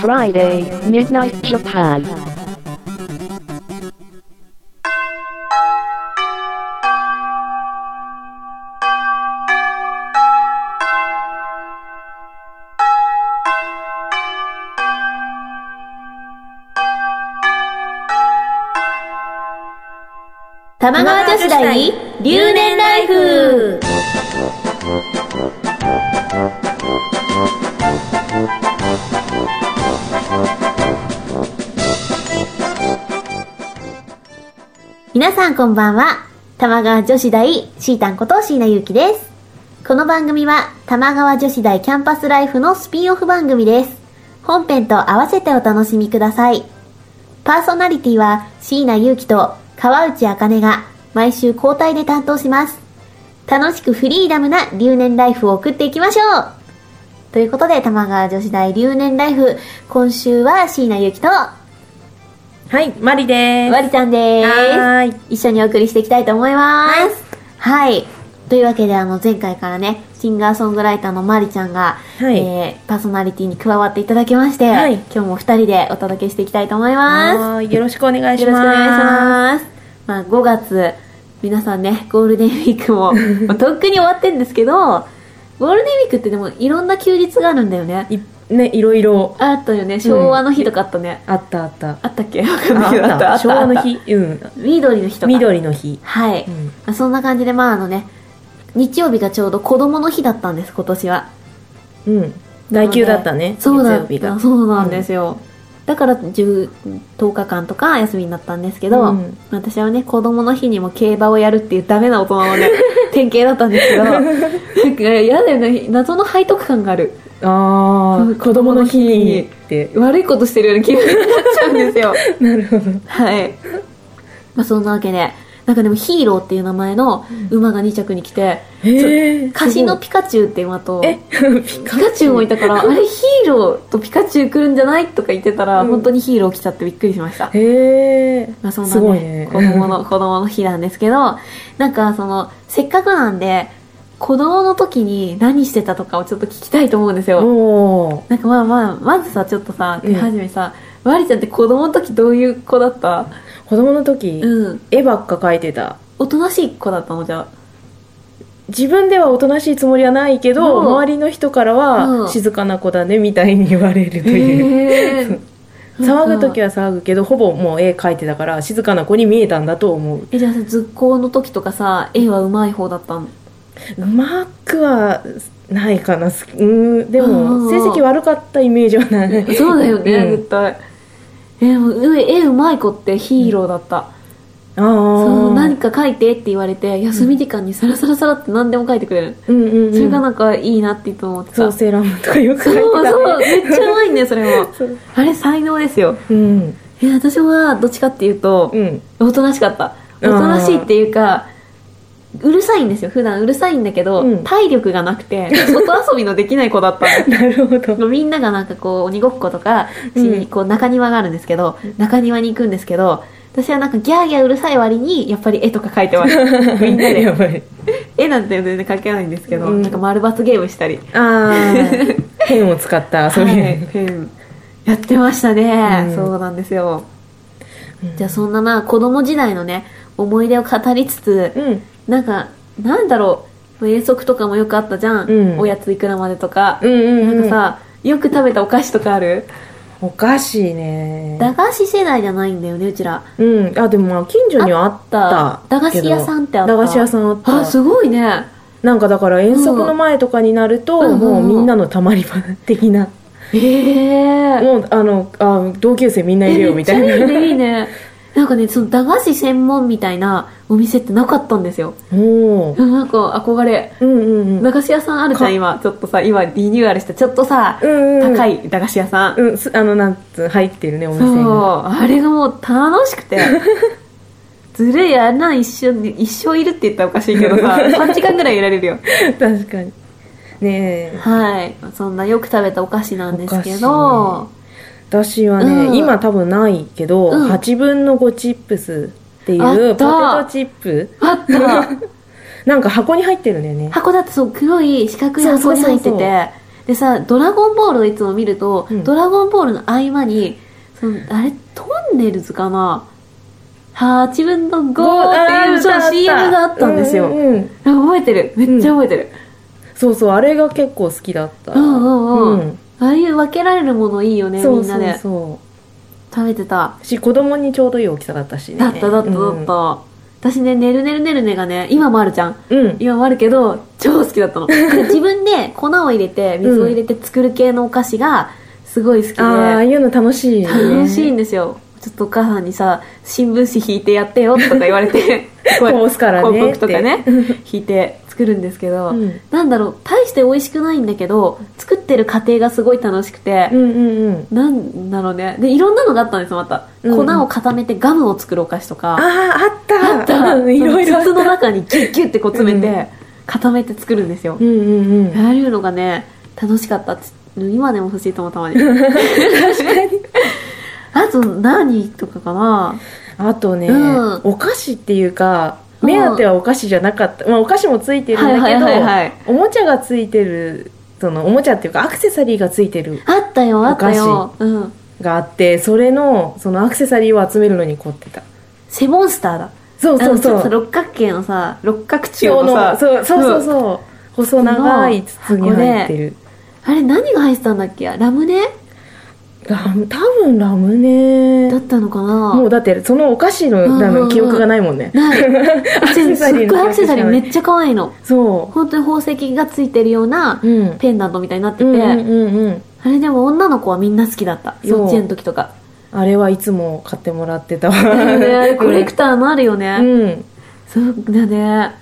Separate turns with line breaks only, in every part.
Friday, Midnight Japan.
玉川女子大留年ライフ皆さんこんばんは玉川女子大シータンこと椎名ゆうきですこの番組は玉川女子大キャンパスライフのスピンオフ番組です本編と合わせてお楽しみくださいパーソナリティは椎名優樹と川内茜が毎週交代で担当します。楽しくフリーダムな留年ライフを送っていきましょうということで、玉川女子大留年ライフ、今週は椎名優樹と、わ
はい、マリで。
りちゃんですす。
ーい。
一緒にお送りしていきたいと思います。はい。というわけで、あの、前回からね、シンガーソングライターのまりちゃんが、
はい
えーパーソナリティに加わっていただきまして、
はい
今日も二人でお届けしていきたいと思います。
はーいよろしくお願いし
よろしくお
ます。
願いします。まあ、5月、皆さんね、ゴールデンウィーク も、まあとっくに終わってんですけど、ゴールデンウィークってでもいろんな休日があるんだよね。
いね、いろいろ
あったよね。昭和の日とかあったね。
あったあった。
あったっけわかんないけどあった。あった
昭和の。日、うん。
緑の日とか。。
緑の日。
はい。
うん
まあそんな感じで、まああのね、日曜日がちょうど子供の日だったんです、今年は。
うん。大休だったね。
そうだ
月曜日が。
そうなんですよ。だから 10, 10日間とか休みになったんですけど、
うん
私はね、子供の日にも競馬をやるっていうダメな大人の ね、典型だったんですけど、なんか嫌だよね、謎の背徳感がある。
あ
うん
あ、子供の日って。
悪いことしてるような気分になっちゃうんですよ。
なるほど。
はい。まあそんなわけで、なんかでもヒーローっていう名前の馬が2着に来て、
へえ。
カシノピカチュウっていう馬と、
え、ピ
ピカチュウもいたから、あれヒーローとピカチュウ来るんじゃないとか言ってたら、
うん
本当にヒーロー来ちゃってびっくりしました。
へえ。
まあそんな
すごい
ね
ね、
子供 の、子供の日なんですけど、なんかその、せっかくなんで、子供の時に何してたとかをちょっと聞きたいと思うんですよ。
おー。
なんかまあまあ、まずさ、ちょっとさ、
うん
手始めさ、マリちゃんって子供の時どういう子だった
子供の時、
うん。
絵ばっか描いてた。
おとなしい子だったのじゃ
自分ではおとなしいつもりはないけど、
うん
周りの人から
う
は
ん
静かな子だねみたいに言われると
あ。
いう。
へー
騒ぐ時は騒ぐけどほぼもう絵描いてたから静かな子に見えたんだと思う
え、じゃあさ、図工の時とかさ、絵は上手い方だったの
うまくはないかなすうんで
うん
も成績悪かったイメージはない
そうだよね、
うん
絶対。え、でもう絵うまい子ってヒーローだった。
あ
その何
あ
か書いてって言われて、休み時間にサラサラサラって何でも書いてくれる。
うんうん、うん、
それがなんかいいなっていつも思ってた。
そうセーラームーンとかよく描
そ
いうてたね
そう、めっちゃうまいんだよ、それも。
そう
あれ才能ですよ。
うん
いや、私はどっちかっていうと
う、ん
おとなしかった。おとなしいっていうか、うるさいんですよ、普段うるさいんだけど、
うん
体力がなくて、外遊びのできない子だったんです
なるほど
みんながなんかこう鬼ごっことかし
うん
にこう中庭があるんですけど、中庭に行くんですけど私はなんかギャーギャーうるさい割にやっぱり絵とか描いてます みんなで
やばい
絵なんて全然描けないんですけど、
うん
なんか丸抜ゲームしたり、
あ あペンを使った遊び、
はいうんやってましたね、
うん
そうなんですよ、
うん
じゃあそんなまあ子供時代のね思い出を語りつつ、
うん
なんかなんだろう遠足とかもよくあったじゃん、
うん
おやついくらまでとか
う、んうんうん
なんかさよく食べたお菓子とかある
おかしいね
駄菓子世代じゃないんだよねうちら
うんあでもまあ近所にはあった
駄菓子屋さんってあった
駄菓子屋さんあった
あすごいね
なんかだから遠足の前とかになると、
うん
もうみんなのたまり場的な、
ええ
もうあのあ同級生みんないるよ
め
み
っちゃ
たい
いい
な
ねいいねなんかねその駄菓子専門みたいなお店ってなかったんですよ
も
うんなんか憧れ
ううんうんうん
駄菓子屋さんあるじゃ
か
ん今ちょっとさ今リニューアルしたちょっとさ、
うんうん
高い駄菓子屋さん、
うんすあのなんつ入ってるねお店
そう
に
あれがもう楽しく てずるいあんなん一緒に一生いるって言ったらおかしいけどさ 3時間ぐらいいられるよ
確かにねえ
はいそんなよく食べたお菓子なんですけ
お
ど、
私はね、
うん
今多分ないけど、
うん
8分の5チップスってい
あ
う
った
ポテトチップ
あった
なんか箱に入ってるんだよね
箱だってそう黒い四角い箱に入ってて
そうそうそう
でさ「ドラゴンボール」をいつも見ると「
うん
ドラゴンボール」の合間にそのあれトンネルズかな8分の5っていうその CM があったんですよ、
うんうんうん
あ覚えてるめっちゃ覚えてる、
そうそうあれが結構好きだった
うんうんうんああいう分けられるものいいよね
そう
み
そ
んな
う
で
そ
食べてた
うし子供にちょうどいい大きさだったしね
だっただっただった、私ね「ねるねるねるね」がね今もあるじゃん
うん、うん
今もあるけど超好きだ ったので自分で粉を入れて水を入れて作る系のお菓子がすごい好きで、
ああああいうの楽しい、ね、
楽しいんですよちょっとお母さんにさ新聞紙引いてやってよとか言われ てこう
こう押すからね
広告とかね
って
引いて作るんですけど、
うん
なんだろう大して美味しくないんだけど作ってる過程がすごい楽しくて
う、んうんうん
なんだろうねでいろんなのがあったんですよまた、
うん
粉を固めてガムを作るお菓子とか
あああった
あった
うんいろいろあっ
筒の
た
中にギュッギュッてこう詰め
う
て固めて作るんですよ、
うんうんうん
ああいうのがね楽しかったっつ今でも欲しいと思うたまに
確かに
あと何とかかな
あとね、
うん
お菓子っていうか
うん
目当てはお菓子じゃなかった、まあ、お菓子もついてるんだけど、
はいはいはいはい
おもちゃがついてるそのおもちゃっていうかアクセサリーがついてる
あったよあったよ、うん、
があってそれのそのアクセサリーを集めるのに凝ってた
セモンスターだ
そうそう
あのちょ
そ
っと
う
六角形のさ六角柱
今日
のさ
のそうそうそうそう細長い筒に入ってる
あれ何が入ってたんだっけラムネ
ラム多分ラム
だ
ネ
ったのかな
もうだってそのお菓子のあ
うんうんうん
の記憶がないもんね
ない
アクセ
す
サ
っ
リーの記憶
ご
し
い
かない
アクセサリーめっちゃ可愛いの
そ
本当に宝石がついてるような
ううん
ペンダントみたいになってて、
うんうんうんうん
あれでも女の子はみんな好きだった
そう
幼稚園の時と か
あれはいつも買ってもらってたわ
だよねあれコレクターのあるよね、
うん
そうだね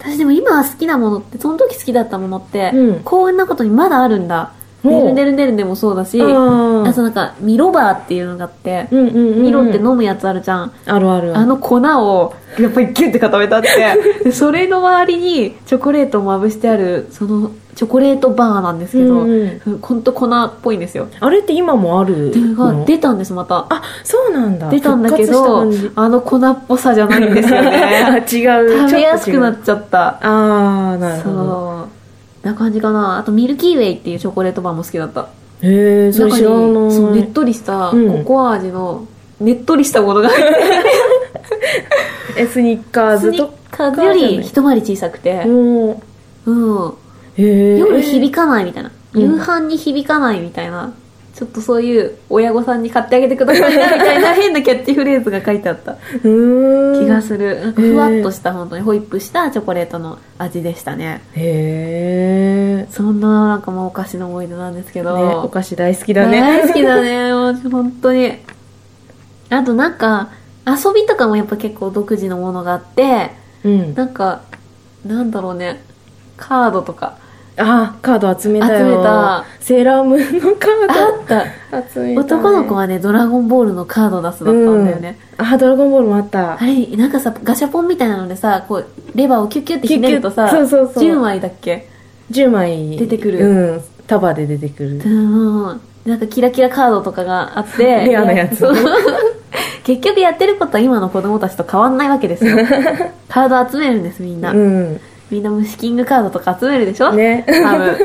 私でも今好きなものってその時好きだったものって、
うん
幸運なことにまだあるんだ「
ほ
ねる
う
ねるねる」でもそうだし
あー
あとなんかミロバーっていうのがあって、
うんうんうん
ミロって飲むやつあるじゃん、
あるある
あの粉をやっぱりギュッて固めたってで それの周りにチョコレートをまぶしてあるそのチョコレートバーなんですけど、
うんうん
ほんと粉っぽいんですよ
あれって今もある
でが
の
出たんですまた
あそうなんだ
出たんだけど
復活した感じ
あの粉っぽさじゃないんですよね
あ違う
食べやすくな
ちょっ
っちゃった
と違うああなるほど
そうな感じかなあとミルキーウェイっていうチョコレートバーも好きだった
へえそれ知ら
中にそうね
な
っ
い
とりした
うん
ココア味のねっとりしたものが入ってて
えスニッカー
ス
ズ
ニ
と
ッカーズより一回り小さくて、
おー
うん、
へえ
夜響かないみたいな、
うん
夕飯に響かないみたいなちょっとそういう親御さんに買ってあげてくださいなみたいな変なキャッチフレーズが書いてあった
うーん
気がする、なんかふわっとした本当にホイップしたチョコレートの味でしたね
へえ、ね、
そんななんかもうお菓子の思い出なんですけど、
お菓子大好きだね
大好きだ ねもう本当にあとなんか遊びとかもやっぱ結構独自のものがあって
うん
なんかなんだろうねカードとか
あーカード集めたよ
集めた
セーラームーンのカ
あっ
ー
た
ド集めたね、
男の子はね「ドラゴンボール」のカード出すだったんだよね、
うん、あードラゴンボールもあった
あれなんかさガシャポンみたいなのでさこうレバーをキュッキュッてひねるとさ
キュッキュッそうそうそう
10枚だっけ
10枚
出てくる
うん束で出てくる
うんなんかキラキラカードとかがあって
レアなやつ
そう 結局やってることは今の子供たちと変わんないわけですよ カード集めるんですみんな、
うん
みんな虫キングカードとか集めるでしょ、
ね
多分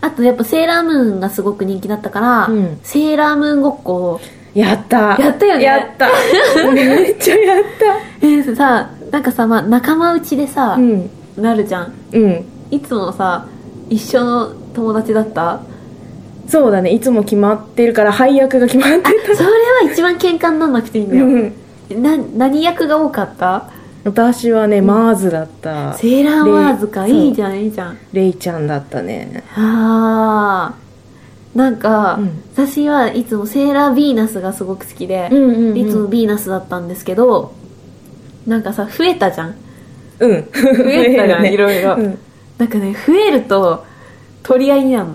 あとやっぱセーラームーンがすごく人気だったから、
うん
セーラームーンごっこを
やった
やったよね
やった めっちゃやっ
えーさなんかさ、まあ、仲間内でさ
た、うん
なるじゃん
うん
いつもさ一緒の友達だった
そうだねいつも決まってるから配役が決まって
それは一番喧嘩になんなくていいん
た
だよ
うん
な何役が多かった
私はね、マーズだった
セーラーワーズか
レイ
いいじゃんいいじゃん
レイちゃんだったね
あーなんか、
うん
私はいつもセーラーヴィーナスがすごく好きで、
んう
いつもヴィーナスだったんですけどなんかさ増えたじゃん
うん増
増えたじゃん、いろいろ、
うん
なんかね増えると取り合いになる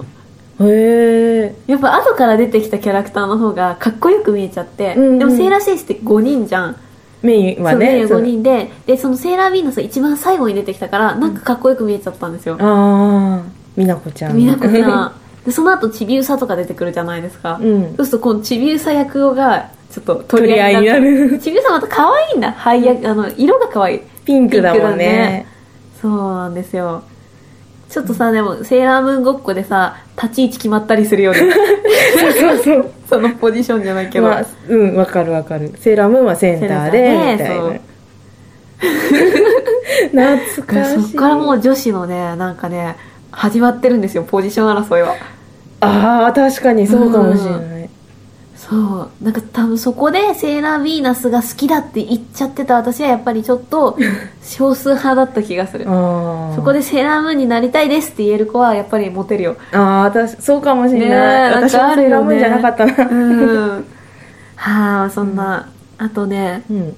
の
へえ
やっぱ後から出てきたキャラクターの方がかっこよく見えちゃって、
うんうん
でもセーラー戦士って5人じゃん、
メインは
そう
ね
5人ででそのセーラーヴィーナス一番最後に出てきたからなんかかっこよく見えちゃったんですよ、
ああ美奈子ちゃん
みなこちゃ んでその後ちびうさとか出てくるじゃないですか、
うん
そうするとこのちびうさ役がちょっと取
取
り
り
合
合
い
い
に
に
な
な
る
る
ちびうさまた可愛いんだ配役あの色が可愛い
ピンクだ
ピ
もん
ンクだね
ね
そうなんですよちょっとさ、でも、セーラームーンごっこでさ、立ち位置決まったりするよね。
そうそうそう
そのポジションじゃないけど。
まあ、うんわかるわかるセーラームーンはセンターでみ
セ
た
ンターね
いな 懐かしい
そっからもう女子のね、なんかね、始まってるんですよ、ポジション争いは。
ああ確かにそうかもしれない、
そう。なんか多分そこでセーラーヴィーナスが好きだって言っちゃってた私はやっぱりちょっと少数派だった気がする。
ああ
そこ
で
でセーラームーンになりたいですって言える子はやっぱりモテるよ。
ああ確かそうかもしれ
ねえ
ない、
なん
私
か
は
あ
セ
る
ーラー
よ
ムー
ね
ンじゃなかったな、
うん。はあ、そんな。あとね、
うん、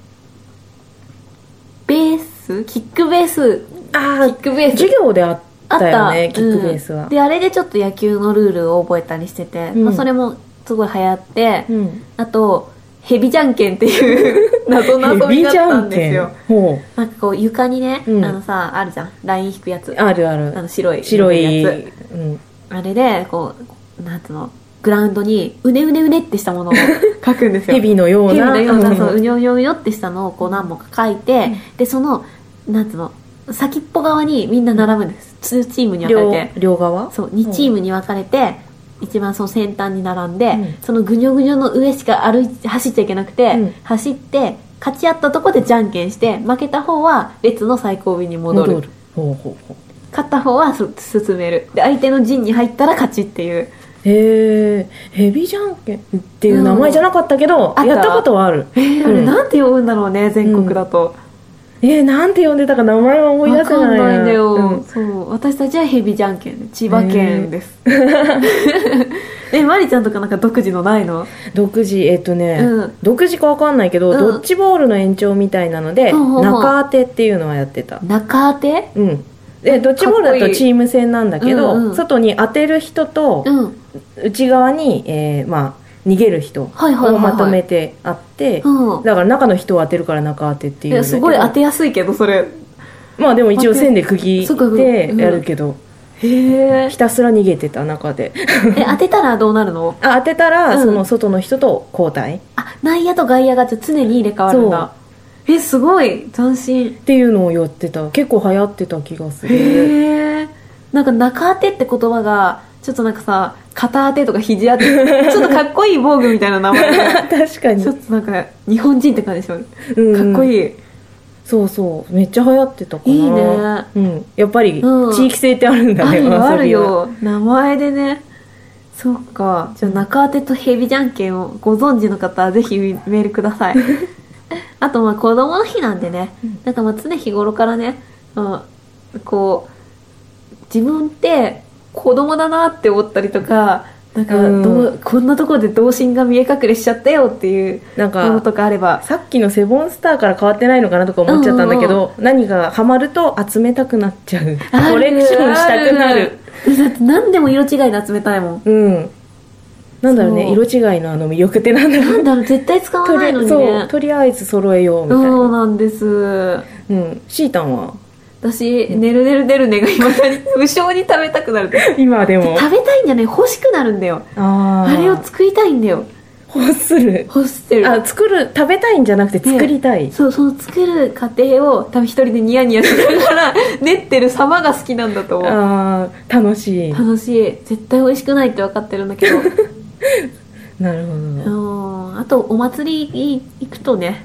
ベースキックベース
あ
キ
あ
ックベース
授業であっ
あった
たよ
う
ね
ん
キックベースは、
であれでちょっと野球のルールを覚えたりしてて、
うん
まあ、それもすごい流行って、
うん
あとヘビじゃんけんっていう 謎の遊び
ビ
だっ
ーチャ
たん
ン
です
ケ
よ
ンほ
なんかこう床にね、
うん
あのさあるじゃんライン引くやつ
うあるあ
あの
る
白い
白い、
やつ
うん、
あれでこうなんつうのグラウンドにうねうねうねってしたものを 書くんですよ
蛇のよう
蛇
な
のようなそうう
うん
にょうにょうにょってしたのをこう何本か書いて、でそのなんつうの先っぽ側にみんな並ぶんです2チームに分
両
かれて
両側
そう2チームに分かれて、一番その先端に並んで、
うん
そのぐにょぐにょの上しか歩い走っちゃいけなくて、
うん
走って勝ち合ったとこでじゃんけんして負けた方は列の最後尾に戻る
戻るほうほうほう
勝った方はそ進めるで相手の陣に入ったら勝ちっていう
へえヘビじゃんけんっていう名前じゃなかったけど、
うん
やったことはある
えーあ
う
れ
ん
なんて呼ぶんだろうね全国だと、
えー、なんて呼んでたか名前は思い出せ
わ
ない
かんないんだよ、
うん
そう私たちはヘビじゃんけん千葉県です、 えマリちゃんとかなんか独自のないの
独自えっ、とね、
うん
独自かわかんないけど、
うん
ドッジボールの延長みたいなので、
ほうほうほう
中当てっていうのはやってた
中当て
うんでドッジボー
かっこ
ルだ
い
と
い
チーム戦なんだけど、
うんうん
外に当てる人と
うん
内側に、えーまあ、逃げる人を
はいはいはいはい
まとめてあって、
うん
だから中の人を当てるから中当てってい
いうや
んだけど
すごい当てやすいけどそれ
まあでも一応線で区切
そっかうん
ってやるけど、
へえ
ひたすら逃げてた中 で
当てたらどうなるの
あ当てたら、
うん
その外の人と交代
あ内野と外野がじゃあ常に入れ替わるんだえすごい斬新
っていうのをやってた結構流行ってた気がする
へえなんか中当てって言葉がちょっとなんかさ肩当てとか肘当 てちょっとかっこいい防具みたいな名前
確かに
ちょっとなんか日本人って感じでしょか
うん
っこいい、
そうそうめっちゃ流行ってたかない
いね
うん、やっぱり
うん
地域性ってあるんだ
あ
ね、
るよあ
遊
る
びは
よ名前でねそっかじゃあ中当てとヘビじゃんけんをご存知の方はぜひメールくだ さいあとまあ子供の日なんでね、
うん
なんかまあ常日頃からね、まあ、こう自分って子供だなって思ったりとかなんか
うん
どう、こんなところで童心が見え隠れしちゃったよっていう
なん
もの
か
とかあれば
さっきのセボンスターから変わってないのかなとか思っちゃったんだけど、何かハマると集めたくなっちゃうコレクションしたくなる
あるだって何でも色違いで集めたいもん
うんなんだろうね
そ
色違いのあの魅力ってなんだろう
なんだろう絶対使わ
と
ない
り
のに
そう
ね
とりあえず揃えようみたい
そう
な
なんです
うんシータンは
私「ねるねるねるね」がいまだ に無性に食べたくなる
今でも
食べたいんじゃない欲しくなるんだよ
あ
あ
ー
れを作りたいんだよ
欲する
欲してる
あ作る食べたいんじゃなくて作りたい、
そうその作る過程を多分一人でニヤニヤしなが ら練ってる様が好きなんだと思う
ああ楽しい
楽しい絶対美味しくないって分かってるんだけど う
なるほど、うん
ーんあとお祭り行くとね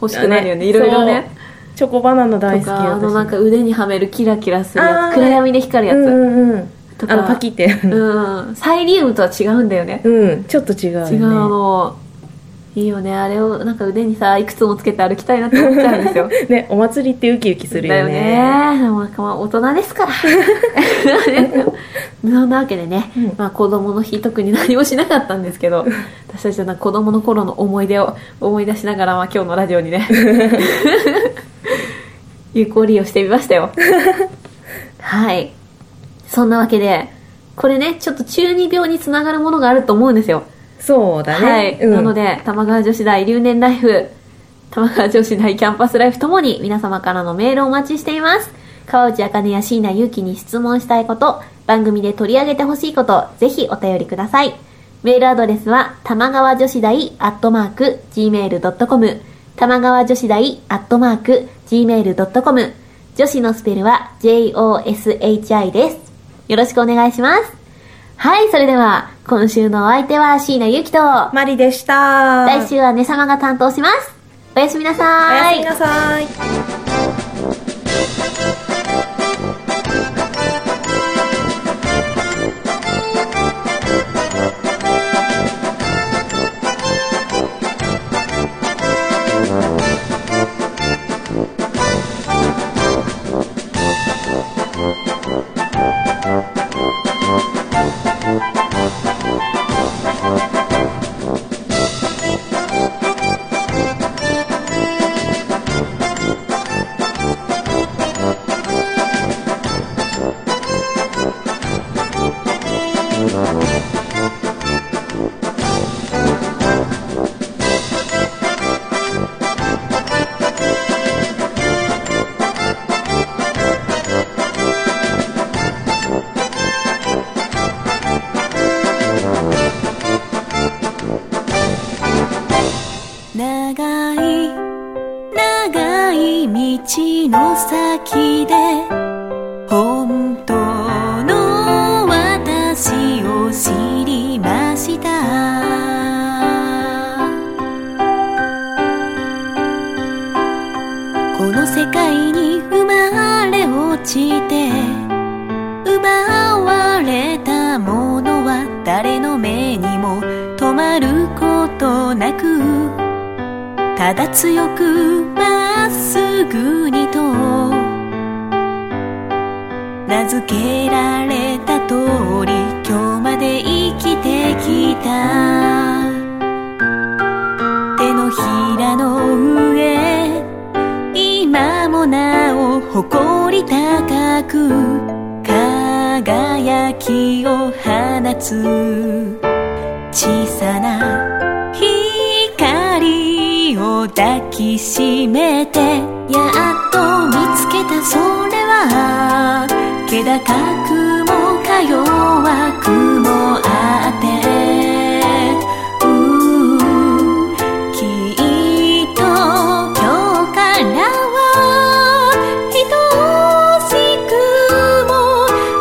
欲しくなるよねいろいろね
そうチョコバナナ大
と
好き
かあの
私
なんか腕にはめるキラキラするや
あー
つ暗闇で光るやつ、
うんうんうん
とか
あのパキって
うん、サイリウムとは違うんだよね。
うんちょっと違うよね
違うの。いいよね。あれをなんか腕にさ、いくつもつけて歩きたいなって思っちゃうんですよ。
ねお祭りってウキウキするよ
だ
ね
よね。でもなんかまあ大人ですから。 そんなわけでね、
うん
まあ子供の日特に何もしなかったんですけど、私たちの子供の頃の思い出を思い出しながら、まあ今日のラジオにね、 有効利用してみましたよ。はい。そんなわけで、これね、ちょっと中二病につながるものがあると思うんですよ。
そうだね、
はい、
うん
なので玉川女子大留年ライフ玉川女子大キャンパスライフともに皆様からのメールをお待ちしています川内茜や椎名優樹に質問したいこと番組で取り上げてほしいことぜひお便りくださいメールアドレスは玉川女子大アットマーク gmail.com 玉川女子大アットマーク gmail.com 女子のスペルは JOSHI です。よろしくお願いします。はい、それでは、今週のお相手は椎名ゆきと、
マリでした
来週はねさまが担当します。おやすみなさ
お
ーい。
やすみなさい
長い長い道の先で本当の私を知りましたこの世界に生まれ落ちて奪われたものは誰の目にも止まることなくただ強くまっすぐにと名付けられた通り今日まで生きてきた手のひらの上今もなお誇り高く輝きを放つ小さな光を抱きしめてやっと見つけたそれは気高くもか弱くもあってうんきっと今日からは愛しくも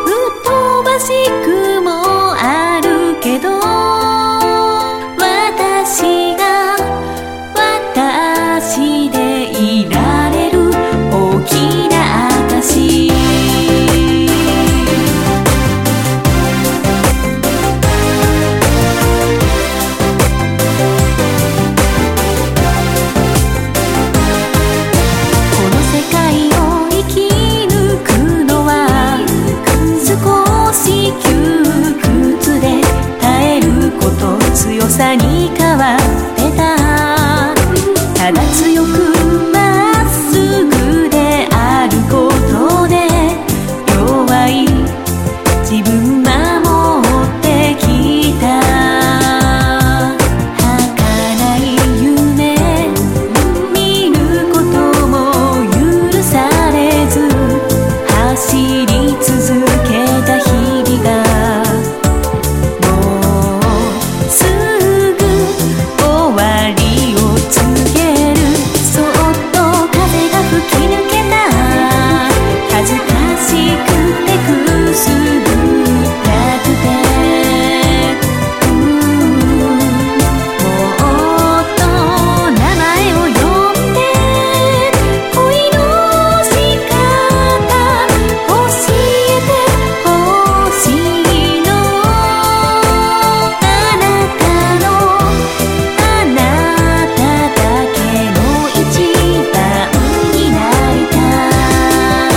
うっとばしくもあるけど私が私でいられる大きな証この世界を生き抜くのは少し窮屈で耐えること強さに変わってたただ強くまっすぐであることで弱い自分守ってきた儚い夢見ることも許されず走り続けた日々がもうすぐ終わりを告げるそっと風が吹き抜けた恥ずかしくてくすぐったくてうんもっと名前を呼んで恋の仕方教えてほしいのあなたのあなただけの一番になりた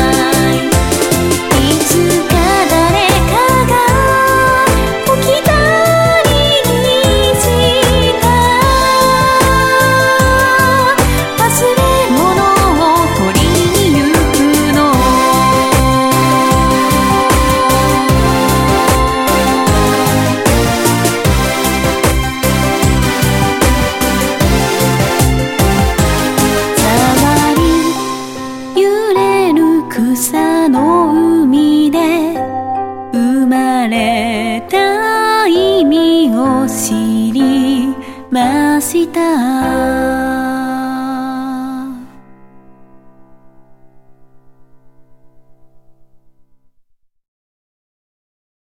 い「いつか誰かが置き去りにした」「忘れ物を取りに行くの」「触り揺れる草の海で生まれた意味を知りました